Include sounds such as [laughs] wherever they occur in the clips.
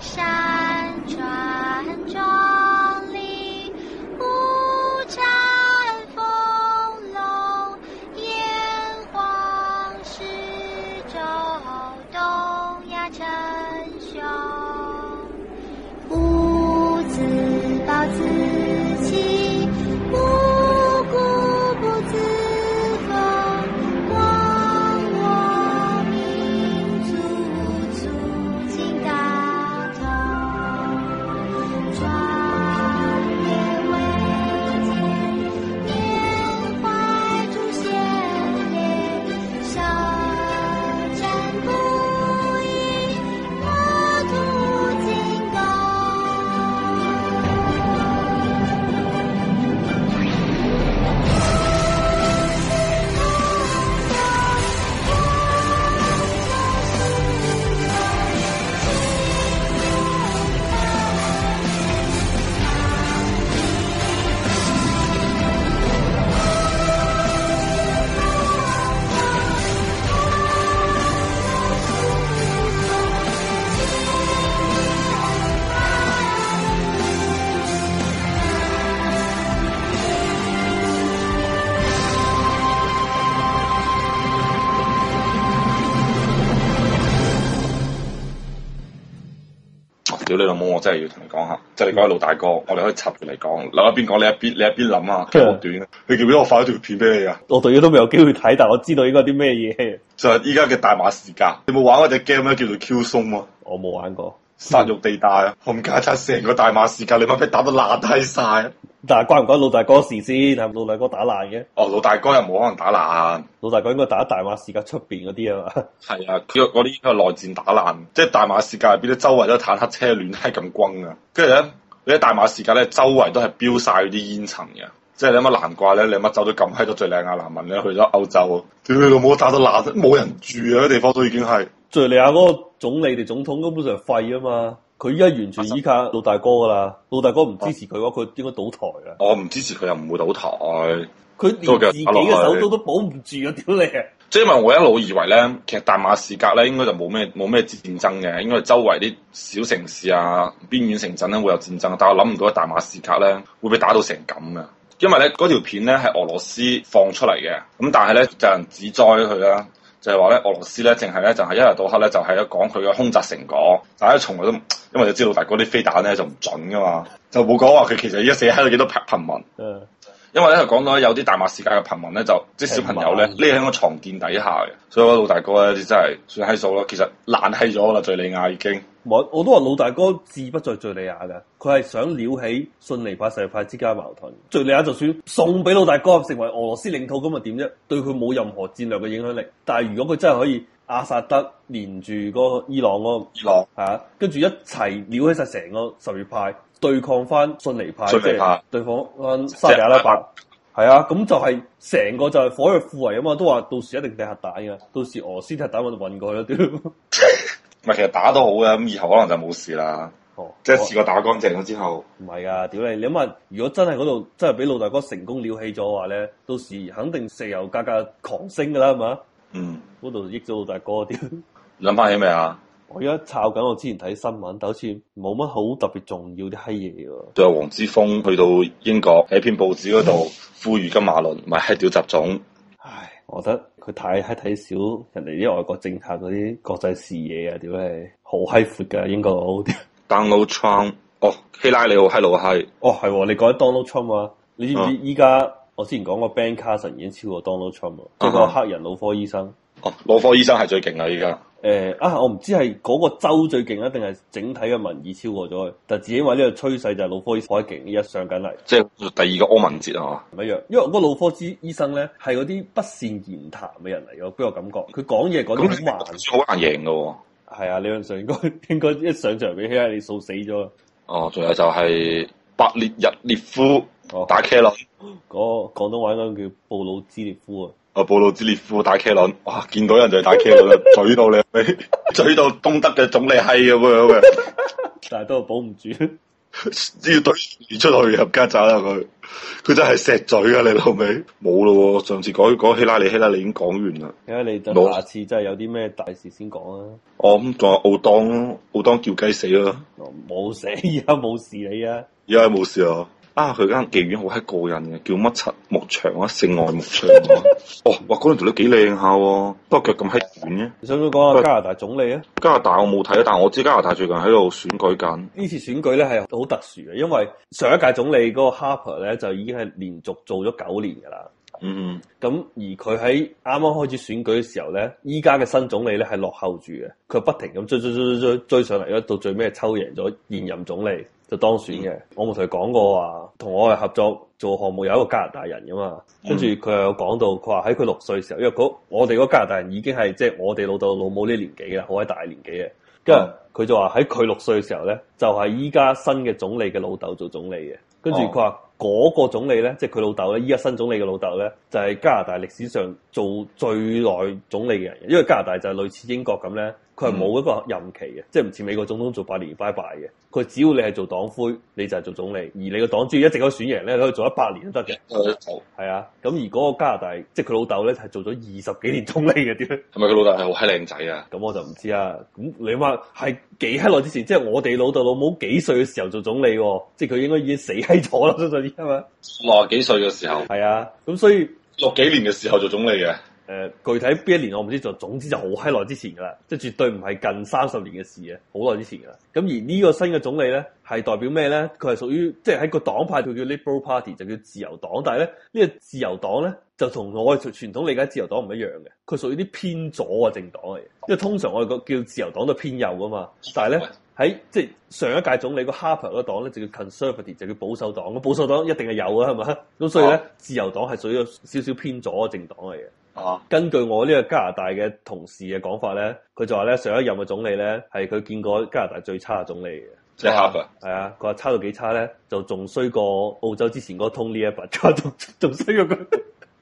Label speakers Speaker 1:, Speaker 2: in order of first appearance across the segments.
Speaker 1: 山川壮丽，五展丰隆，炎黄始周，东亚称雄。吾自暴自弃，无故不自封，忘我民族，促进大同。壮烈伟健，缅怀祖先烈，舌战不已，国土精光。
Speaker 2: 哦屌你老母！我真係要同你講下，即係你講起老大哥，我哋可以插住嚟講，諗一邊講你一邊你一邊諗啊，好短啊！你記唔記得我發咗條片俾你啊？
Speaker 3: 我到而家都未有機會睇，但我知道應該有啲咩嘢。
Speaker 2: 就係依家嘅大馬士革，你有冇玩嗰只 game 咧？叫做 Q 松啊！
Speaker 3: 我冇玩過，
Speaker 2: 殺戮地帶啊！冚家鏟成個大馬士革，你媽俾打到爛低晒。
Speaker 3: 但係關唔關老大哥事先？係咪老大哥打爛嘅？
Speaker 2: 哦，老大哥又冇可能打爛。
Speaker 3: 老大哥應該打大馬士革出邊嗰啲啊嘛。 [laughs]
Speaker 2: 係啊，佢嗰啲應該係內戰打爛，即係大馬士革入邊咧，周圍都坦克車亂係咁轟啊！跟住咧，你喺大馬士革咧，周圍都係飆晒嗰啲煙塵嘅。即係你乜難怪咧，你乜走到咁閪多敍利亞難民咧去咗歐洲，啊屌你老母打到爛，冇人住啊！啲地方都已經係
Speaker 3: 敍利亞嗰個總理定總統根本上係廢啊嘛。佢依家完全依靠老大哥噶啦，老大哥唔支持佢嘅話，佢應該倒台啦。
Speaker 2: 我唔支持佢又唔會倒台。
Speaker 3: 佢連自己嘅首都都保唔住啊！屌你啊！ [laughs]
Speaker 2: 即係因為我一路以為咧，其實大馬士革咧應該就冇咩冇咩戰爭嘅，應該係周圍啲小城市啊、邊遠城鎮咧會有戰爭，但係我諗唔到大馬士革咧會被打到成咁嘅。因為咧嗰條片咧係俄羅斯放出嚟嘅，咁但係咧就有人指災佢啦，就係話咧俄羅斯咧淨係咧就係、一日到黑咧就係、咧講佢嘅空襲成果，但係咧從來都唔因為你知道大哥啲飛彈咧就唔準噶嘛，就冇講話佢其實而家死喺度幾多貧貧民。
Speaker 3: 誒，
Speaker 2: 因為咧講到咧有啲大馬士革嘅貧民咧，就即係小朋友咧
Speaker 3: 平
Speaker 2: 匿喺個床墊底下嘅，所以我老大哥咧真係算閪數啦。其實爛閪咗啦，敍利亞已經
Speaker 3: 我我都話老大哥志不在敍利亞㗎，佢係想撩起遜尼派什葉派之間嘅矛盾。敍利亞就算送俾老大哥成為俄羅斯領土咁啊點啫？對佢冇任何戰略嘅影響力。但係如果佢真係可以阿薩德連住嗰個伊朗嗰、
Speaker 2: 伊朗
Speaker 3: 個啊，跟住一齊撩起晒成個什葉派，對抗翻遜尼派，
Speaker 2: 遜尼派
Speaker 3: 即係對抗翻沙特阿拉伯。係啊，咁就係成個就係火藥庫嚟啊嘛，都話到時一定掟核彈嘅，到時俄羅斯啲核彈我就運過去啦，屌！
Speaker 2: 唔係其實打都好嘅，咁以後可能就冇事啦。
Speaker 3: 哦
Speaker 2: 即係試過打乾淨咗之後，
Speaker 3: 唔係噶，屌你！你諗下，如果真係嗰度真係俾老大哥成功撩起咗嘅話咧，到時肯定石油價格狂升噶啦，係嘛？
Speaker 2: 嗯，
Speaker 3: 嗰度益咗老大哥屌！
Speaker 2: 諗翻起未啊？
Speaker 3: [laughs] 我而家抄緊我之前睇新聞，但好似冇乜好特別重要啲閪嘢喎。
Speaker 2: 仲有黃之鋒去到英國喺篇報紙嗰 [laughs] 度呼籲金馬倫咪閪屌習總，
Speaker 3: 唉，我覺得佢太閪睇少人哋啲外國政客嗰啊啲國際視野啊！屌你，好閪闊㗎英國佬。 [laughs] 屌
Speaker 2: Donald Trump 哦希拉里好閪老閪，
Speaker 3: 哦，係喎，你講緊 Donald Trump 啊？你知唔知
Speaker 2: 嗯
Speaker 3: 依家我之前講過 Ben Carson 已經超過 Donald Trump 啊，即係個
Speaker 2: 啊哈
Speaker 3: 黑人腦科醫生。
Speaker 2: 哦腦科醫生係最勁啦依家。
Speaker 3: 誒、啊！我唔知係嗰個州最勁啊，定係整體嘅民意超過咗佢。但自己話呢個趨勢就係腦科醫生好勁，依家上緊嚟
Speaker 2: 即係第二個柯文哲啊嘛，
Speaker 3: 唔一樣。因為嗰個腦科醫醫生咧係嗰啲不善言談嘅人嚟嘅，俾我感覺佢講嘢講
Speaker 2: 咁
Speaker 3: 得
Speaker 2: 你
Speaker 3: 好慢。
Speaker 2: 好難贏嘅喎。
Speaker 3: 係啊，理論上應該 [laughs] 應該一上場俾希拉里掃死咗啊。
Speaker 2: 哦，仲有就係白列日列夫
Speaker 3: 哦，
Speaker 2: 打茄輪，
Speaker 3: 嗰廣東話嗰個叫布魯茲列夫啊。
Speaker 4: 哦
Speaker 2: 啊布魯茲列夫打茄輪，哇！見到人就係打茄輪啦，嘴到你，嘴到東德嘅總理閪咁樣嘅。
Speaker 3: 但係都係保唔住。 [laughs]
Speaker 4: 要對出去合家走啦佢，佢真係石嘴啊！你老味冇咯喎，上次講講希拉里，希拉里已經講完啦。
Speaker 3: 睇下你等
Speaker 4: 冇
Speaker 3: 下次真係有啲咩大事先講啊！
Speaker 4: 我哦咁仲有奧當咯，奧當叫雞死啦，
Speaker 3: 我哦冇死，而家冇事你啊！
Speaker 4: 而家冇事啊！啊，佢間妓院好閪過癮嘅，叫乜柒牧場啊，性愛牧場啊！哦，哇，嗰兩條女幾靚下喎，不過腳咁閪短嘅。
Speaker 3: 你想唔想講下加拿大總理啊？
Speaker 4: 加拿大我冇睇，但係我知加拿大最近喺度選舉緊。
Speaker 3: 呢次選舉咧係好特殊嘅，因為上一屆總理嗰個 Harper 咧就已經係連續做咗九年㗎啦。
Speaker 4: 嗯
Speaker 3: 咁而佢喺啱啱開始選舉嘅時候咧，依家嘅新總理咧係落後住嘅，佢不停咁追追追追追追上嚟，到最尾係抽贏咗現任總理就當選嘅。我冇同佢講過話，同我哋合作做項目有一個加拿大人噶嘛，跟住佢又有講到，佢話喺佢六歲嘅時候，因為嗰我哋嗰個加拿大人已經係即係我哋老豆老母呢年紀啦，好閪大年紀嘅。跟住佢就話喺佢六歲嘅時候咧，就係依家新嘅總理嘅老豆做總理嘅。跟住佢話嗰個總理咧，即係佢老豆咧，依家新總理嘅老豆咧，就係、加拿大歷史上做最耐總理嘅人。因為加拿大就係類似英國咁咧，佢係冇一個任期嘅，即係唔似美國總統做八年拜拜嘅。佢只要你係做黨魁，你就係做總理，而你個黨主要一直可以選贏咧，你可以做一百年都得嘅。
Speaker 2: 誒係
Speaker 3: 係啊，咁而嗰個加拿大即係佢老豆咧，係做咗二十幾年總理嘅點樣？
Speaker 2: 咪佢老豆係好閪靚仔啊？
Speaker 3: 咁我就唔知啦。咁你話係幾閪耐之前，即係我哋老豆老母幾歲嘅時候做總理喎、即係佢應該已經死閪咗啦，相信依家嘛。
Speaker 2: 六十幾歲嘅時候，
Speaker 3: 係啊，咁所以誒、
Speaker 2: 六幾年嘅時候做總理嘅。
Speaker 3: 呃具體邊一年我唔知，就總之就好閪耐之前㗎啦，即係絕對唔係近三十年嘅事嘅，好耐之前㗎啦。咁而呢個新嘅總理咧，係代表咩咧？佢係屬於即係喺個黨派佢叫 Liberal Party，就叫自由黨，但係咧呢、呢個自由黨咧。就同我哋傳統理解自由黨唔一樣嘅，佢屬於啲偏左嘅政黨嚟嘅，因為通常我哋個叫自由黨都偏右噶嘛，但係咧喺即係上一屆總理個 Harper 嗰黨咧就叫 Conservative，就叫保守黨。咁保守黨一定係有啊，係嘛？咁所以咧
Speaker 2: 哦，
Speaker 3: 自由黨係屬於有少少偏左嘅政黨嚟嘅。
Speaker 2: 啊，
Speaker 3: 根據我呢個加拿大嘅同事嘅講法咧，佢就話咧上一任嘅總理咧係佢見過加拿大最差嘅總理嘅。
Speaker 2: 即係 Harper
Speaker 3: 係啊，佢話差到幾差咧，就仲衰過澳洲之前嗰個 Tony Abbott，佢話 [laughs] 仲仲衰過佢。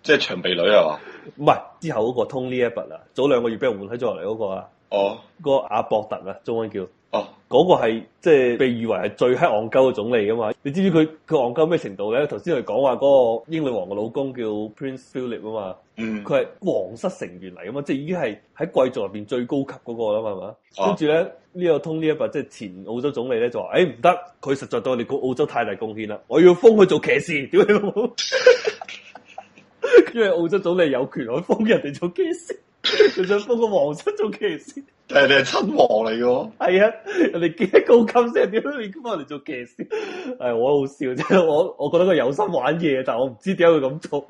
Speaker 2: 即係長鼻女係嘛？
Speaker 3: 唔係之後嗰個 Tony Abbott 啊，早兩個月俾人換喺咗落嚟嗰個啊，
Speaker 2: 哦
Speaker 3: 嗰個阿博特啊，中文叫。
Speaker 2: 哦，
Speaker 3: 嗰個係即係被譽為係最閪戇鳩嘅總理噶嘛？你知唔知佢佢戇鳩咩程度咧？頭先佢講話嗰個英女王嘅老公叫 Prince Philip 啊嘛，
Speaker 2: 嗯，
Speaker 3: 佢係皇室成員嚟噶嘛，即係已經係喺貴族入邊最高級嗰個啦嘛，係嘛？
Speaker 2: 哦
Speaker 3: 跟住咧呢、個 Tony Abbott 即係前澳洲總理咧就話：，哎誒唔得，佢實在對我哋個澳洲太大貢獻啦，我要封佢做
Speaker 2: [laughs]
Speaker 3: 騎士，屌你老母！因為澳洲總理有權可以封人哋做騎士，佢想封個皇室做騎士。
Speaker 2: 但係你係親王嚟嘅喎。
Speaker 3: 系啊，人哋幾高級先，點解你翻嚟做騎師？係我好笑啫，我我覺得佢有心玩嘢，但我唔知點解佢咁做。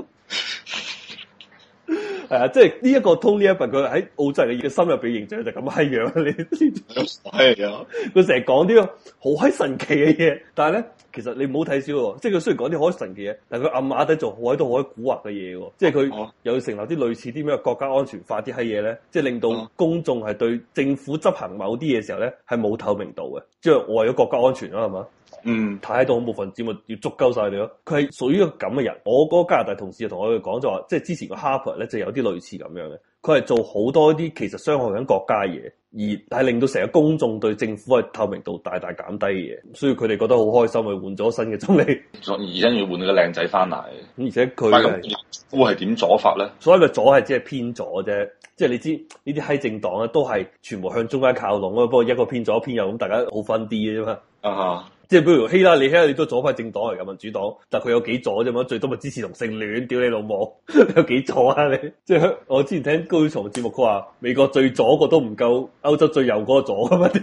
Speaker 3: 係啊，即係呢一個 Tony Abbott 佢喺澳洲人嘅心入邊形象就咁閪樣，你知
Speaker 2: 係啊，
Speaker 3: 佢成日講啲好閪神奇嘅嘢，但係咧，其實你唔好睇少喎，即係佢雖然講啲好閪神奇嘅嘢，但係佢暗啞底做好閪多好閪蠱惑嘅嘢喎，即係佢
Speaker 2: 哦
Speaker 3: 又要成立啲類似啲咩國家安全法啲閪嘢咧，即係令到
Speaker 2: 哦
Speaker 3: 公眾係對政府執行某啲嘢嘅時候咧係冇透明度嘅，即係為咗國家安全啊啦，係嘛？
Speaker 2: 嗯，
Speaker 3: 睇到恐怖分子咪要捉鳩晒你咯。佢係屬於一個咁嘅人。我嗰個加拿大同事就同我哋講就話，即係之前個 Harper 咧就有啲類似咁樣嘅，佢係做好多啲其實傷害緊國家嘅嘢，而係令到成個公眾對政府嘅透明度大大減低嘅嘢，所以佢哋覺得好開心，佢換咗新嘅總理，咁
Speaker 2: 而家要換個靚仔翻嚟，
Speaker 3: 而且佢
Speaker 2: 但係
Speaker 3: 係
Speaker 2: 咁估係點左法咧？
Speaker 3: 所謂嘅左係只係偏左啫。即係你知呢啲閪政黨咧，啊都係全部向中間靠攏啊。不過一個偏左偏右咁，大家好分啲嘅啫嘛。
Speaker 2: 啊哈，
Speaker 3: 即係譬如希拉里，希拉里都左派政黨嚟噶，民主黨，但佢有幾左啫嘛？最多咪支持同性戀，屌你老母， [laughs] 有幾左啊你？即係我之前聽高曉松嘅節目，佢話美國最左個都唔夠歐洲最右嗰個左啊嘛，屌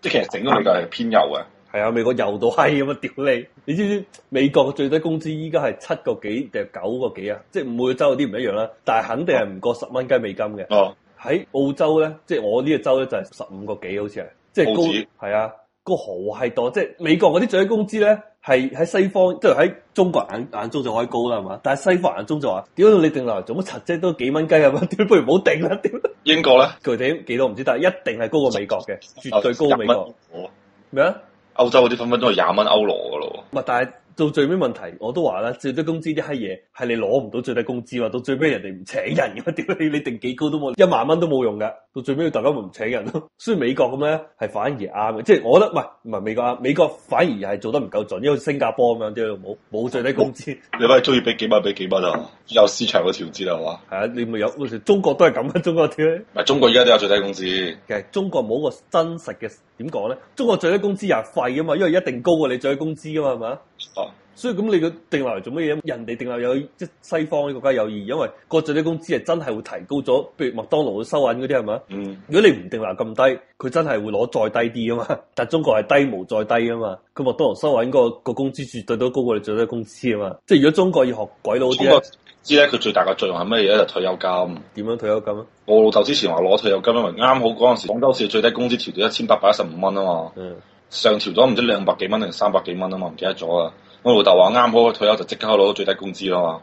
Speaker 2: 即係其實整個美國係偏右嘅。
Speaker 3: 係啊，美國右到閪咁啊！屌你，你知唔知美國嘅最低工資依家係七個幾定係九個幾啊？即係每個州有啲唔一樣啦，但係肯定係唔過十蚊雞美金嘅。
Speaker 2: 哦，
Speaker 3: 喺澳洲咧，即係我呢個州咧就係十五個幾，好似係，即係
Speaker 2: 澳紙
Speaker 3: 高係啊，高好係多。即係美國嗰啲最低工資咧，係喺西方，即係喺中國眼眼中就可以高啦，係嘛？但係西方眼中就話：屌你定落嚟做乜柒啫？都幾蚊雞係啊嘛？ [laughs] 屌不如唔好定啦！屌，
Speaker 2: 英國咧，
Speaker 3: 具體幾多唔知，但係一定係高過美國嘅，絕對高過美國
Speaker 2: 哦。
Speaker 3: 咩啊？
Speaker 2: 歐洲嗰啲分分鐘係廿蚊歐羅噶咯
Speaker 3: 唔係，但係到最尾問題我都話啦，最低工資呢閪嘢係你攞唔到最低工資嘛，到最尾人哋唔請人嘅，屌你你定幾高都冇，一萬蚊都冇用噶，到最尾大家咪唔請人咯。 [laughs] 所以美國咁咧係反而啱嘅，即係我覺得喂唔係美國啱，美國反而係做得唔夠準，因為新加坡咁樣啲冇冇最低工資，
Speaker 4: 你咪中意俾幾蚊俾幾蚊啊？有市場嘅調節啊係嘛？
Speaker 3: 係啊你咪有，中國都係咁啊，中國屌你。
Speaker 2: 唔係中國而家都有最低工資，
Speaker 3: 其實中國冇個真實嘅點講咧，中國最低工資又係廢啊嘛，因為一定高過你最低工資噶嘛，係嘛？
Speaker 2: 啊
Speaker 4: 哦
Speaker 3: 所以咁你個定立嚟做乜嘢？人哋定立有即係西方啲國家有意義，因為個最低工資係真係會提高咗，譬如麥當勞收銀嗰啲係嘛？
Speaker 4: 嗯，
Speaker 3: 如果你唔定立咁低，佢真係會攞再低啲啊嘛。但中國係低無再低啊嘛，佢麥當勞收銀個個工資絕對都高過你最低工資啊嘛。即係如果中國要學鬼佬啲啊
Speaker 2: 中
Speaker 3: 咧
Speaker 2: 國，知咧佢最大嘅作用係乜嘢咧？就退休金。
Speaker 3: 點樣退休金啊？
Speaker 2: 我老豆之前話攞退休金，因為啱好嗰陣時廣州市最低工資調到一千八百一十五蚊啊嘛，
Speaker 3: 嗯，
Speaker 2: 上調咗唔知兩百幾蚊定三百幾蚊啊嘛，唔記得咗啊。我老豆話啱好佢退休就即刻攞到最低工資啦嘛，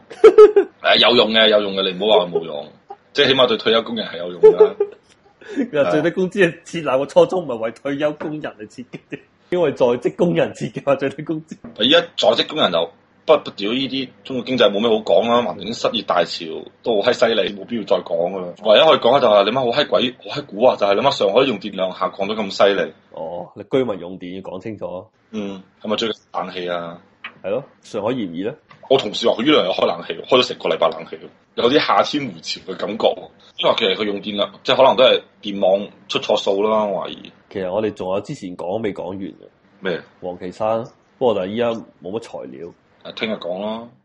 Speaker 2: 誒有用嘅有用嘅，你唔好話佢冇用，即係起碼對退休工人係有用嘅。
Speaker 3: 嗱最低工資係啊設立個初衷唔係為退休工人嚟設計 [laughs] 嘅，因為在職工人設計話最低工資。
Speaker 2: 而家在職工人就不不屌呢啲中國經濟冇咩好講啦，環境失業大潮都好閪犀利，冇必要再講噶啦。唯一可以講嘅就係你媽好閪鬼，好閪估啊！就係你媽上海用電量下降得咁犀利，
Speaker 3: 哦，你居民用電要講清楚，
Speaker 2: 嗯，係咪最近冷氣啊？
Speaker 3: 係咯，上海熱唔熱咧？
Speaker 2: 我同事話佢呢兩日開冷氣，開咗成個禮拜冷氣，有啲夏天回潮嘅感覺喎。因為其實佢用電量，即係可能都係電網出錯數啦，我懷疑
Speaker 3: 其實我哋仲有之前講未講完嘅，
Speaker 2: 咩？
Speaker 3: 黃岐山，不過就依家冇乜材料。
Speaker 2: 誒，聽日講咯。